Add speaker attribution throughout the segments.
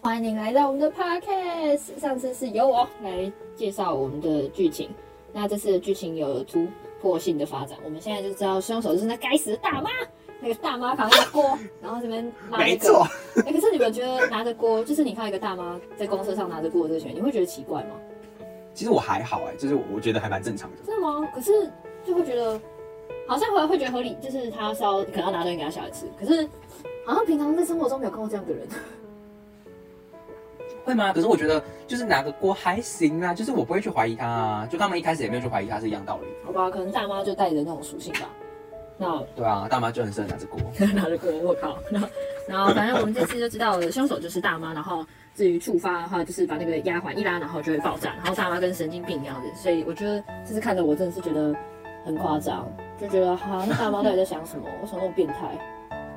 Speaker 1: 欢迎来到我们的 podcast。上次是由我来介绍我们的剧情，那这次的剧情有突破性的发展。我们现在就知道凶手就是那该死的大妈，那个大妈扛着锅，然后这边拉
Speaker 2: 啊没
Speaker 1: 那个。
Speaker 2: 错，
Speaker 1: 哎、可是你们觉得拿着锅，就是你看到一个大妈在公车上拿着锅的这个行为，你会觉得奇怪吗？
Speaker 2: 其实我还好哎、就是我觉得还蛮正常的。
Speaker 1: 真的吗？可是就会觉得，好像会会觉得合理，就是他是要可能要拿东西给他小孩吃，可是好像平常在生活中没有看过这样的人。
Speaker 2: 会吗？可是我觉得就是拿个锅还行啊，就是我不会去怀疑他啊，就他们一开始也没有去怀疑他是一样道理。
Speaker 1: 好吧，可能大妈就带着那种属性吧。那
Speaker 2: 对啊，大妈就很适合拿着 锅。
Speaker 1: 拿着锅，我靠！然后，然后反正我们这次就知道了，凶手就是大妈。然后至于触发的话，就是把那个丫鬟一拉，然后就会爆炸。然后大妈跟神经病一样的，所以我觉得这次看着我真的是觉得很夸张，就觉得哈，那大妈到底在想什么？为什么那么变态？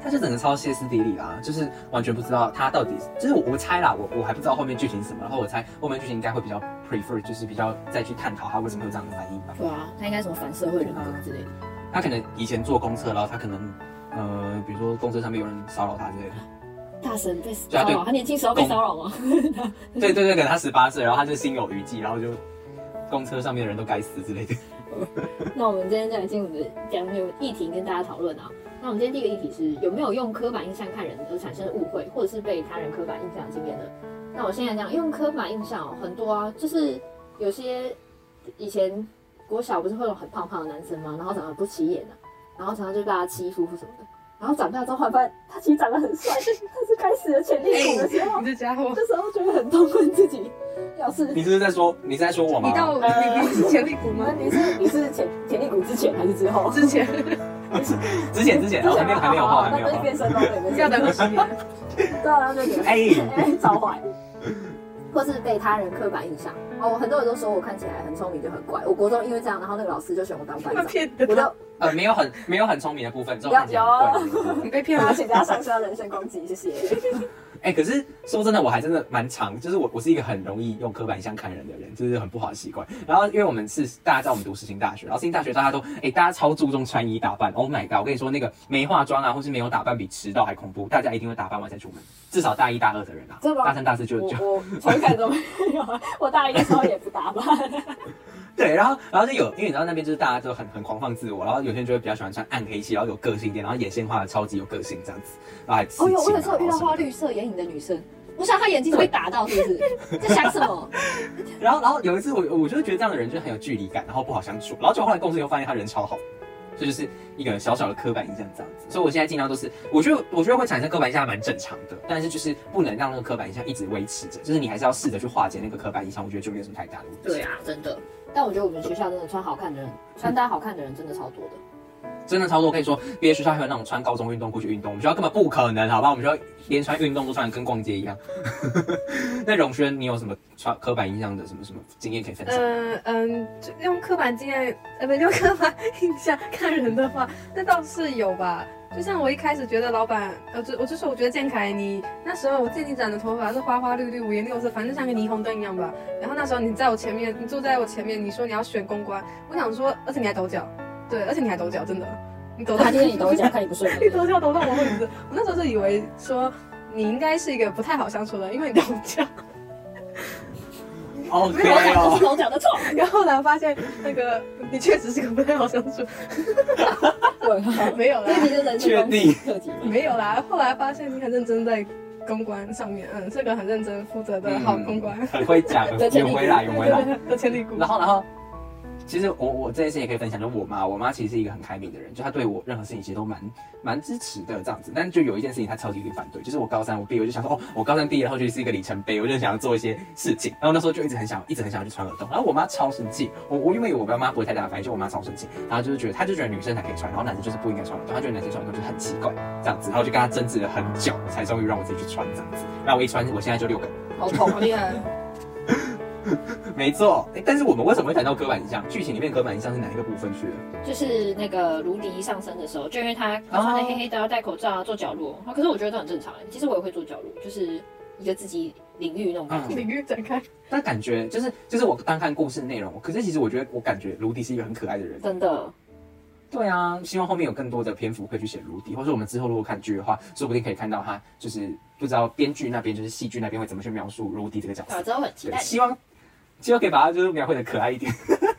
Speaker 2: 他就整个超歇斯底里啦、就是完全不知道他到底，就是我我猜啦，我我还不知道后面剧情是什么，然后我猜后面剧情应该会比较 prefer，就是比较再去探讨他为什么有这样的反应吧。
Speaker 1: 对啊，她应该什么反社会人格之类的。
Speaker 2: 他可能以前坐公车，然后他可能呃，比如说公车上面有人骚扰他之类的。
Speaker 1: 大神被骚扰，她年轻时候被骚扰吗？
Speaker 2: 对对对，可能他十八岁，然后他就心有余悸，然后就公车上面的人都该死之类的。
Speaker 1: 那我们今天就来进入我们的讲有议题跟大家讨论啊。那我们今天第一个议题是有没有用刻板印象看人而产生的误会，或者是被他人刻板印象的经验呢？那我现在讲用刻板印象、哦、很多啊，就是有些以前国小不是会有很胖胖的男生吗？然后长得不起眼的、然后常常就被他欺负或什么的。然后长大之后，发现他其实长得很帅，但是该死的潜力股的时候，
Speaker 3: 你这家伙，
Speaker 1: 这时候就会很痛恨自己。要是
Speaker 2: 你是不是在说你是在说我吗
Speaker 3: 你？到你你你是潜力股
Speaker 1: 那
Speaker 3: 吗？
Speaker 1: 呃你是你是潜潜力股之前还是之后？
Speaker 3: 之前
Speaker 2: 之前之前，然后还没有还没有
Speaker 1: 好好
Speaker 2: 话还没有
Speaker 1: 那就
Speaker 2: 话。
Speaker 1: 变身高了，没事
Speaker 3: 要等二十年，
Speaker 1: 对啊，然后就觉得
Speaker 2: 哎，
Speaker 1: 哎超坏，或是被他人刻板印象。哦，很多人都说我看起来很聪明就很乖。我国中因为这样，然后那个老师就选我当班
Speaker 3: 他
Speaker 1: 长，
Speaker 3: 骗的
Speaker 1: 我，就
Speaker 2: 呃，没有很没有很聪明的部分，这种
Speaker 1: 有
Speaker 2: 看起来很怪
Speaker 3: 你被骗
Speaker 1: 然后
Speaker 3: 了。
Speaker 1: 请大家上升人身攻击，谢谢。
Speaker 2: 哎、可是说真的，我还真的蛮常，就是我我是一个很容易用刻板印象看人的人，就是很不好的习惯。然后因为我们是大家知道我们读世新大学，然后世新大学大家都哎、大家超注重穿衣打扮。Oh my god！我跟你说，那个没化妆啊，或是没有打扮，比迟到还恐怖。大家一定会打扮完才出门，至少大一大二的人啊，
Speaker 1: 真的吗
Speaker 2: 大三大四 就
Speaker 1: 我
Speaker 2: 就
Speaker 1: 我从一开始都没有 啊，我大一的时候也不打扮。
Speaker 2: 对，然后然后就有，因为你知道那边就是大家就很很狂放自我，然后有些人就会比较喜欢穿暗黑系，然后有个性一点，然后眼线画的超级有个性这样子，然后还刺
Speaker 1: 哦
Speaker 2: 青、
Speaker 1: 有，
Speaker 2: 啊。
Speaker 1: 我有时候遇
Speaker 2: 然
Speaker 1: 到
Speaker 2: 后什么
Speaker 1: 花
Speaker 2: 的
Speaker 1: 绿色眼影的女生，我想她眼睛是被打到， 是不是？在想什么？
Speaker 2: 然后，然后有一次我我就觉得这样的人就很有距离感，然后不好相处。然后就后来公司又发现他人超好，这就是一个小小的刻板印象这样子。所以我现在尽量都是，我觉得我觉得会产生刻板印象还蛮正常的，但是就是不能让那个刻板印象一直维持着，就是你还是要试着去化解那个刻板印象，我觉得就没有什么太大的问题。
Speaker 1: 对啊，真的。但我觉得我们学校真的穿好看的人，穿搭好看的人真的超多的。
Speaker 2: 真的超多，我跟你说，别的学校还有那种穿高中运动裤去运动，我们学校根本不可能，好吧？我们学校连穿运动都穿的跟逛街一样。 那荣轩，你有什么穿刻板印象的什么什么经验可以分享？
Speaker 3: 嗯嗯，就用刻板经验，呃，不，用刻板印象看人的话，那倒是有吧。就像我一开始觉得老板，呃，就我就说我觉得建凯你那时候我见你染的头发是花花绿绿五颜六色，反正像个霓虹灯一样吧。然后那时候你在我前面，你坐在我前面，你说你要选公关，我想说，而且你还抖脚，对，而且你还抖脚，真的，你抖到
Speaker 1: 他今天你抖脚，看你不顺眼。
Speaker 3: 你抖脚抖到我位置， 我那时候就以为说你应该是一个不太好相处的人，因为你抖脚。
Speaker 2: OK
Speaker 1: 我讲
Speaker 2: 哦
Speaker 1: 都是。楼讲的错。
Speaker 3: 然后后来发现那个你确实是个不太好相处，
Speaker 1: 问号。
Speaker 3: 没有啦
Speaker 1: 这，题就人
Speaker 2: 确定
Speaker 1: 课题吗？
Speaker 3: 没有啦。后来发现你很认真在公关上面，嗯，是个很认真负责的好公关，
Speaker 2: 哦很会讲，圆回来，圆回来。
Speaker 3: 的潜力股。
Speaker 2: 然后，然后，其实我我这件事也可以分享，就我妈，我妈其实是一个很开明的人，就她对我任何事情其实都蛮蛮支持的这样子。但是就有一件事情她超级反对，就是我高三我毕业，我就想说，哦，我高三毕业，然后就是一个里程 碑，我就想要做一些事情。然后那时候就一直很想，一直很想要去穿耳洞。然后我妈超生气，我我因为我爸妈不会太大的反应，就我妈超生气，然后就是觉得她就觉得女生才可以穿，然后男生就是不应该穿耳洞，她觉得男生穿耳洞就是很奇怪这样子。然后就跟她争执了很久，才终于让我自己去穿这样子。那我一穿，我现在就六个。
Speaker 1: 好痛
Speaker 3: 好厉害！啊
Speaker 2: 没错，诶但是我们为什么会谈到刻板印象？剧情里面刻板印象是哪一个部分去了？
Speaker 1: 就是那个卢迪上身的时候，就因为他他穿的黑黑的，要戴口罩啊，做角落。啊可是我觉得这很正常欸。其实我也会做角落，就是一个自己领域那种感觉。
Speaker 2: 嗯
Speaker 3: 领域展开，
Speaker 2: 但感觉就是就是我单看故事内容，可是其实我觉得我感觉卢迪是一个很可爱的人。
Speaker 1: 真的，
Speaker 2: 对啊，希望后面有更多的篇幅可以去写卢迪，或者我们之后如果看剧的话，说不定可以看到他就是不知道编剧那边就是戏剧那边会怎么去描述卢迪这个角
Speaker 1: 小
Speaker 2: 色。
Speaker 1: 之后很期
Speaker 2: 对，
Speaker 1: 待。
Speaker 2: 希望希望可以把它就是描绘的可爱一点。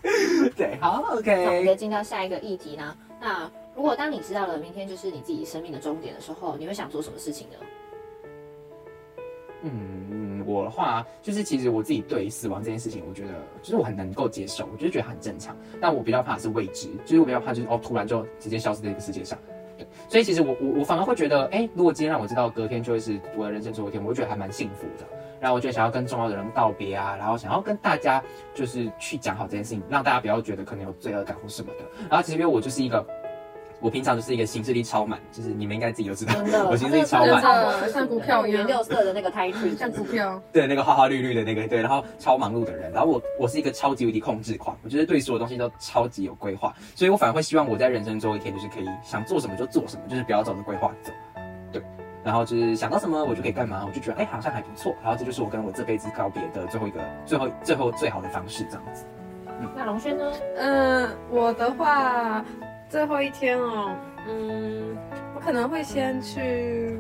Speaker 2: 对，好
Speaker 1: 那我们
Speaker 2: ，OK。
Speaker 1: 就进到下一个议题呢。那如果当你知道了明天就是你自己生命的终点的时候，你会想做什么事情 呢？
Speaker 2: 嗯，我的话就是，其实我自己对死亡这件事情，我觉得就是我很能够接受，我就是觉得它很正常。但我比较怕的是未知，就是我比较怕就是哦，突然就直接消失在这个世界上。对，所以其实我我我反而会觉得，哎、如果今天让我知道隔天就会是我的人生最后一天，我会觉得还蛮幸福的。然后我就想要跟重要的人道别啊，然后想要跟大家就是去讲好这件事情，让大家不要觉得可能有罪恶感或什么的。然后其实因为我就是一个，我平常就是一个行事力超满，就是你们应该自己都知道，
Speaker 1: 真的，
Speaker 2: 我其实超
Speaker 3: 满
Speaker 1: 真的
Speaker 3: 像股票一样
Speaker 1: 五颜六色的那个 title，
Speaker 3: 像股票，
Speaker 2: 对，那个花花绿绿的那个，对，然后超忙碌的人，然后我我是一个超级无敌控制狂，我觉得对所有东西都超级有规划，所以我反而会希望我在人生最后一天就是可以想做什么就做什么，就是不要照着规划走，对，然后就是想到什么我就可以干嘛，我就觉得哎好像还不错，然后这就是我跟我这辈子告别的最后一个最后最后最好的方式这样 子。
Speaker 1: 那龙轩呢？
Speaker 3: 嗯，我的话，最后一天哦，嗯，我可能会先去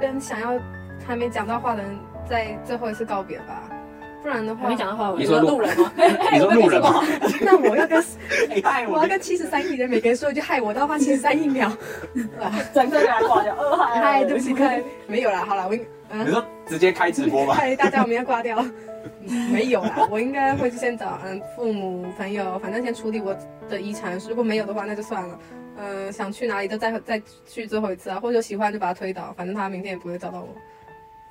Speaker 3: 跟想要还没讲到话的人再最后一次告别吧，不然的
Speaker 1: 还
Speaker 3: 话
Speaker 1: 没，讲的话，我
Speaker 2: 你说
Speaker 1: 路人吗？
Speaker 2: 你说路人吗？
Speaker 3: 那我要跟
Speaker 2: 哎嗨，
Speaker 3: 我
Speaker 2: 我
Speaker 3: 要跟七十三亿人每个人说一句嗨，我的话七十三亿秒，
Speaker 1: 整个人挂掉，呃
Speaker 3: 嗨，对不起，嗨，没有啦，好啦，我应
Speaker 2: 你
Speaker 3: 嗯，
Speaker 2: 说直接开直 播吧。
Speaker 3: 嗨，哎大家我们要挂掉， 没有啦，我应该会去先找嗯父母朋友，反正先处理我的遗产，如果没有的话那就算了。嗯，想去哪里都再再去最后一次啊，或者有喜欢就把它推倒，反正他明天也不会找到我。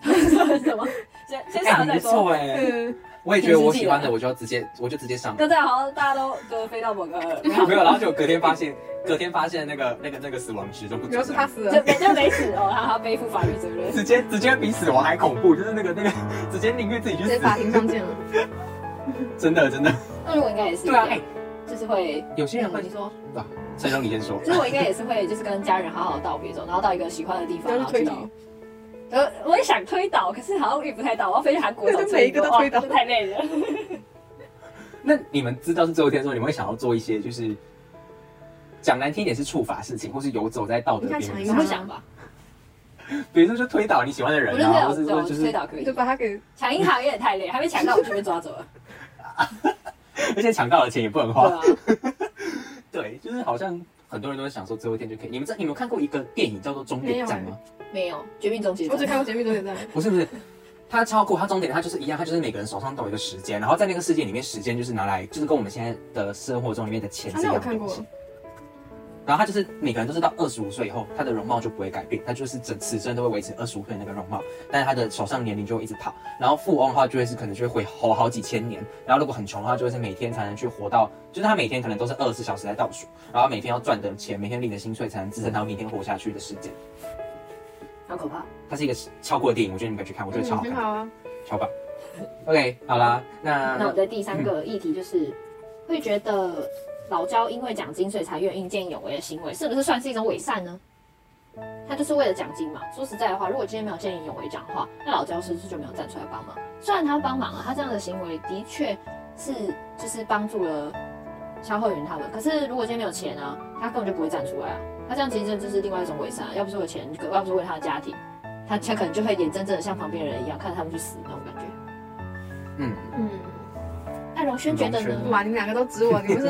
Speaker 1: 什么？先 先
Speaker 2: 哎，
Speaker 1: 上
Speaker 2: 你
Speaker 1: 再
Speaker 2: 不
Speaker 1: 说。
Speaker 2: 错哎，
Speaker 3: 嗯，
Speaker 2: 我也觉得我喜欢 的，我就要直接我就直接上。
Speaker 1: 刚才好像大家都都飞到某个，呃
Speaker 2: 没有，然后就隔天发现，隔天发现那个那个那个死亡时钟不准
Speaker 3: 主要是他死啊了
Speaker 1: 就，没就没死哦，然后他背负法律责任。
Speaker 2: 直接直接比死亡还恐怖，就是那个那个，直接宁愿自己去
Speaker 3: 在
Speaker 2: 死，
Speaker 3: 法庭 上见了。啊
Speaker 2: 真的真的。
Speaker 1: 那如果应该也是，
Speaker 2: 对啊，哎、
Speaker 1: 就是会，
Speaker 2: 有些人会
Speaker 3: 嗯
Speaker 1: 你说，
Speaker 2: 陈荣，你先说。
Speaker 1: 其实我应该也是会，就是跟家人好好道别走，然后到一个喜欢的地方，
Speaker 3: 然
Speaker 1: 然
Speaker 3: 后
Speaker 1: 后
Speaker 3: 就推倒。
Speaker 1: 呃，我也想推倒，可是好像遇不太到。我要飞去韩国找
Speaker 3: 对就每一个都推倒
Speaker 1: 哇太累了。
Speaker 2: 那你们知道是最后一天的时候，你们会想要做一些就是讲难听一点是处罚事情，或是游走在道德边
Speaker 3: 你看
Speaker 1: 你
Speaker 3: 一下
Speaker 2: 缘
Speaker 1: 们会想吧？
Speaker 2: 比如说就推倒你喜欢的
Speaker 1: 我
Speaker 2: 人
Speaker 1: 就推
Speaker 2: 啊，
Speaker 1: 倒，
Speaker 2: 或是
Speaker 1: 对，
Speaker 2: 说
Speaker 1: 我
Speaker 2: 就
Speaker 1: 就推
Speaker 2: 是，
Speaker 1: 倒可以
Speaker 3: 就。把他给
Speaker 1: 抢银行有点太累，还没抢到我就被抓走了。
Speaker 2: 而且抢到了钱也不能
Speaker 1: 对
Speaker 2: 花。
Speaker 1: 啊，
Speaker 2: 对，就是好像很多人都会想说最后一天就可以。你们知道你们有看过一个电影叫做《终点站》
Speaker 3: 没有
Speaker 2: 吗？
Speaker 1: 没有绝命终结
Speaker 3: 我
Speaker 1: 者
Speaker 3: 只。看过《绝命终结站》，
Speaker 2: 不是不是，它超酷，它终点它就是一样，它就是每个人手上都有一个时间，然后在那个世界里面，时间就是拿来就是跟我们现在的生活中里面的钱
Speaker 3: 啊
Speaker 2: 是一样
Speaker 3: 那我
Speaker 2: 的
Speaker 3: 看
Speaker 2: 东
Speaker 3: 过
Speaker 2: 西。，然后他就是每个人都是到二十五岁以后，他的容貌就不会改变，他就是整此生都会维持二十五岁那个容貌，但是他的手上年龄就会一直跑。然后富翁的话就会是可能就会活好几千年，然后如果很穷的话，就会是每天才能去活到，就是他每天可能都是二十四小时在倒数，然后每天要赚的钱，每天领的薪水才能支撑他明天活下去的时间。
Speaker 1: 好可怕。
Speaker 2: 它是一个超酷的电影，我觉得你们可以去看，我觉得超好
Speaker 3: 很
Speaker 2: 看，
Speaker 3: 好啊。
Speaker 2: 超棒。OK，好啦，
Speaker 1: 那我们的第三个议题就是，会觉得老焦因为奖金所以才愿意见义勇为的行为，是不是算是一种伪善呢？他就是为了奖金嘛。说实在的话，如果今天没有见义勇为讲话，那老焦是不是就没有站出来帮忙？虽然他帮忙啊，他这样的行为的确是就是帮助了肖慧云他们，可是如果今天没有钱啊，他根本就不会站出来啊。他这样其实就是另外一种伪善啊，要不是为钱，要不是为他的家庭，他他可能就会眼睁睁的像旁边人一样看着他们去死那种感觉。
Speaker 2: 嗯，
Speaker 3: 嗯，
Speaker 1: 那荣轩觉得呢
Speaker 2: 荣？轩
Speaker 3: 哇，你们两个都指我，你们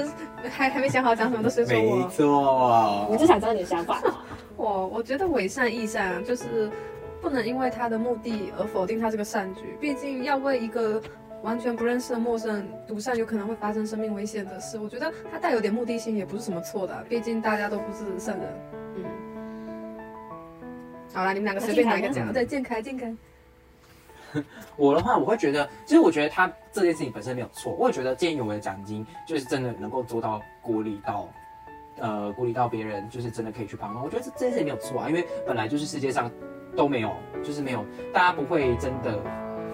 Speaker 3: 是还还没想好讲什么，都先说
Speaker 2: 没
Speaker 3: 我。
Speaker 2: 错，
Speaker 1: 我就想知道你的想法嘛。
Speaker 3: 我我觉得伪善亦善啊，就是不能因为他的目的而否定他这个善举。毕竟要为一个完全不认识的陌生人独善有可能会发生生命危险的事，我觉得他带有点目的性也不是什么错的啊、毕竟大家都不是圣人。嗯，好啦，你们两个随便拿一个
Speaker 2: 那
Speaker 3: 讲。
Speaker 2: 建凯呢
Speaker 3: 对，健开健开，
Speaker 2: 我的话，我会觉得，其实我觉得他这件事情本身没有错，我也觉得见义勇为的奖金就是真的能够做到鼓励到，呃，鼓励到别人，就是真的可以去帮忙。我觉得这这件事情没有错啊，因为本来就是世界上都没有，就是没有，大家不会真的，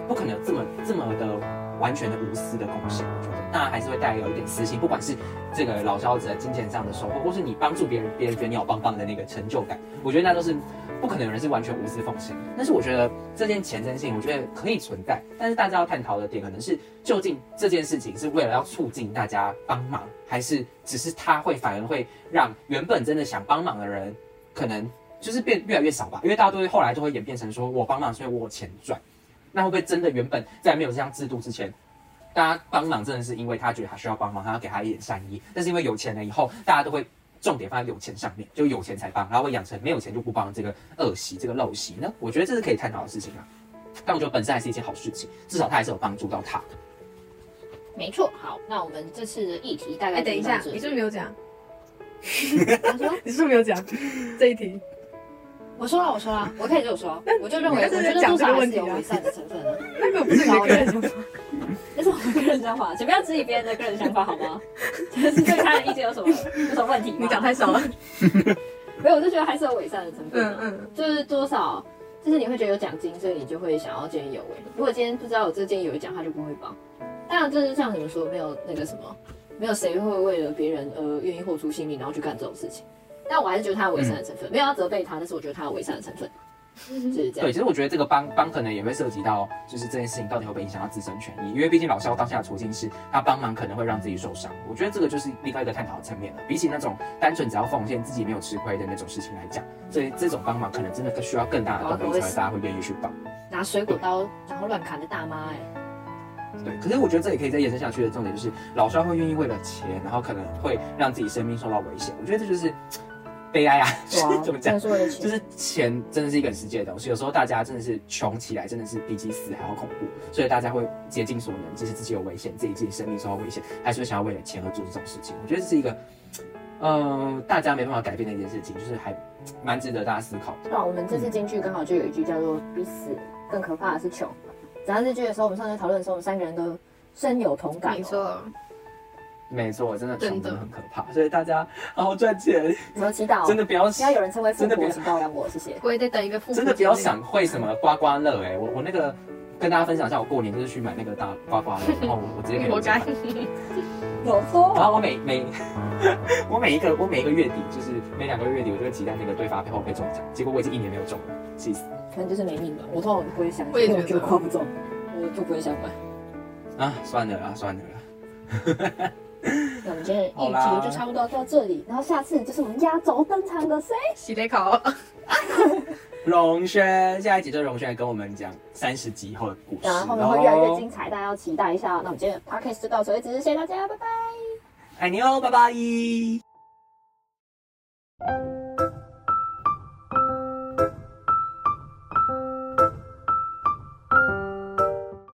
Speaker 2: 不可能有这么这么的完全的无私的贡献。我觉得当然还是会带有一点私心，不管是这个老小子的金钱上的收获，或是你帮助别人，别人觉得你好棒棒的那个成就感，我觉得那都是不可能有人是完全无私奉献。但是我觉得这件前瞻性，我觉得可以存在，但是大家要探讨的点可能是，究竟这件事情是为了要促进大家帮忙，还是只是他会反而会让原本真的想帮忙的人，可能就是变越来越少吧，因为大家都会后来就会演变成说我帮忙，所以我有钱赚。那会不会真的原本在没有这项制度之前，大家帮忙真的是因为他觉得他需要帮忙，他要给他一点善意，但是因为有钱了以后，大家都会重点放在有钱上面，就有钱才帮，然后会养成没有钱就不帮这个恶习、这个陋习呢？我觉得这是可以探讨的事情啊。但我觉得本身还是一件好事情，至少他还是有帮助到他的。
Speaker 1: 没错，好，那我们这次的议题大
Speaker 3: 哎、
Speaker 1: 概
Speaker 3: 等一
Speaker 1: 就
Speaker 3: 下
Speaker 1: 到，这
Speaker 3: 你
Speaker 1: 里
Speaker 3: 是不是没有讲？
Speaker 1: 我说
Speaker 3: 你是不是没有讲 这一题？
Speaker 1: 我说啊了，我说了，我开始就有说，我就认为，
Speaker 3: 你
Speaker 1: 我
Speaker 3: 刚才
Speaker 1: 觉
Speaker 3: 在
Speaker 1: 得
Speaker 3: 讲
Speaker 1: 多
Speaker 3: 这
Speaker 1: 少
Speaker 3: 个
Speaker 1: 还
Speaker 3: 问
Speaker 1: 是
Speaker 3: 题啊
Speaker 1: 有伪善的成分的，
Speaker 3: 那个不是你的个人想法，
Speaker 1: 这是我个人想法，随便要质疑别人的个人想法好吗？ 就是对他的意见有什么有什么问题吗？
Speaker 3: 你讲太少了。
Speaker 1: 没有，我就觉得还是有伪善的成分啊
Speaker 3: 嗯， 嗯，
Speaker 1: 就是多少，就是你会觉得有奖金，所以你就会想要见义勇为。如果今天不知道有这见义勇为奖，他就不会帮。当然，就是像你们说，没有那个什么，没有谁会为了别人而愿意豁出心力，然后去干这种事情。但我还是觉得他有伪善的成分，没有要责备他，但是我觉得他有伪善的成分，就是这样
Speaker 2: 对，。其实我觉得这个帮帮可能也会涉及到，就是这件事情到底会不会影响到自身权益，因为毕竟老肖当下的处境是他帮忙可能会让自己受伤，我觉得这个就是另外一个探讨的层面了。比起那种单纯只要奉献自己没有吃亏的那种事情来讲，所以这种帮忙可能真的需要更大的动力才哦会大家会愿意去帮。
Speaker 1: 拿水果刀然后乱砍的大 妈、哎，
Speaker 2: 对，可是我觉得这也可以再延伸下去的重点就是，老肖会愿意为了钱，然后可能会让自己生命受到危险，我觉得这就是嘖悲哀啊， 怎么讲？
Speaker 1: 是为了钱
Speaker 2: 就。是钱真的是一个很实际的东西，有时候大家真的是穷起来，真的是比起死还要恐怖，所以大家会竭尽所能，即使自己有危险，自己自己生命受到危险，还是会想要为了钱而做这种事情。我觉得这是一个，呃，大家没办法改变的一件事情，就是还蛮值得大家思考的。
Speaker 1: 对啊，我们这次京剧刚好就有一句叫做“比死更可怕的是穷”。讲到这句的时候，我们上次讨论的时候，我们三个人都深有同感、哦。
Speaker 3: 你说了，
Speaker 2: 没错，真的
Speaker 3: 真
Speaker 2: 穷
Speaker 3: 的
Speaker 2: 真的很可怕，所以大家好好赚钱，
Speaker 1: 什么祈祷？
Speaker 2: 真的不要
Speaker 1: 只要有人成为富
Speaker 2: 真的不
Speaker 1: 婆，
Speaker 2: 要
Speaker 1: 请包养我，谢谢。
Speaker 3: 我也在等一个父母
Speaker 2: 真的不要想会什么刮刮乐哎、我我那个跟大家分享一下，我过年就是去买那个大刮刮乐，然后我我直接给
Speaker 3: 活
Speaker 2: 我
Speaker 3: 该。
Speaker 1: 有错
Speaker 2: 然后我每每 我每一个我每一个月底，就是每两个月底，我就会期待那个对发票我可以中奖。结果我已经一年没有中了，气死
Speaker 1: 可能就是没命吧。我通常不会想，
Speaker 3: 我也
Speaker 1: 因
Speaker 3: 觉
Speaker 1: 为
Speaker 3: 得
Speaker 1: 我觉得夸不中，我就不会想买。
Speaker 2: 啊！算了啦，算了啦，
Speaker 1: 那我们今天的
Speaker 2: 好
Speaker 1: 议
Speaker 2: 啦
Speaker 1: 题就差不多到这里，然后下次就是我们压轴登场的谁？
Speaker 3: 洗得考，
Speaker 2: 荣轩，下一集就荣轩来跟我们讲三十集后的故事。
Speaker 1: 然后面会越来越精彩，大家要期待一下。那我们今天的 podcast 就到此为止，谢谢大家，拜拜。
Speaker 2: 爱你哦，拜拜。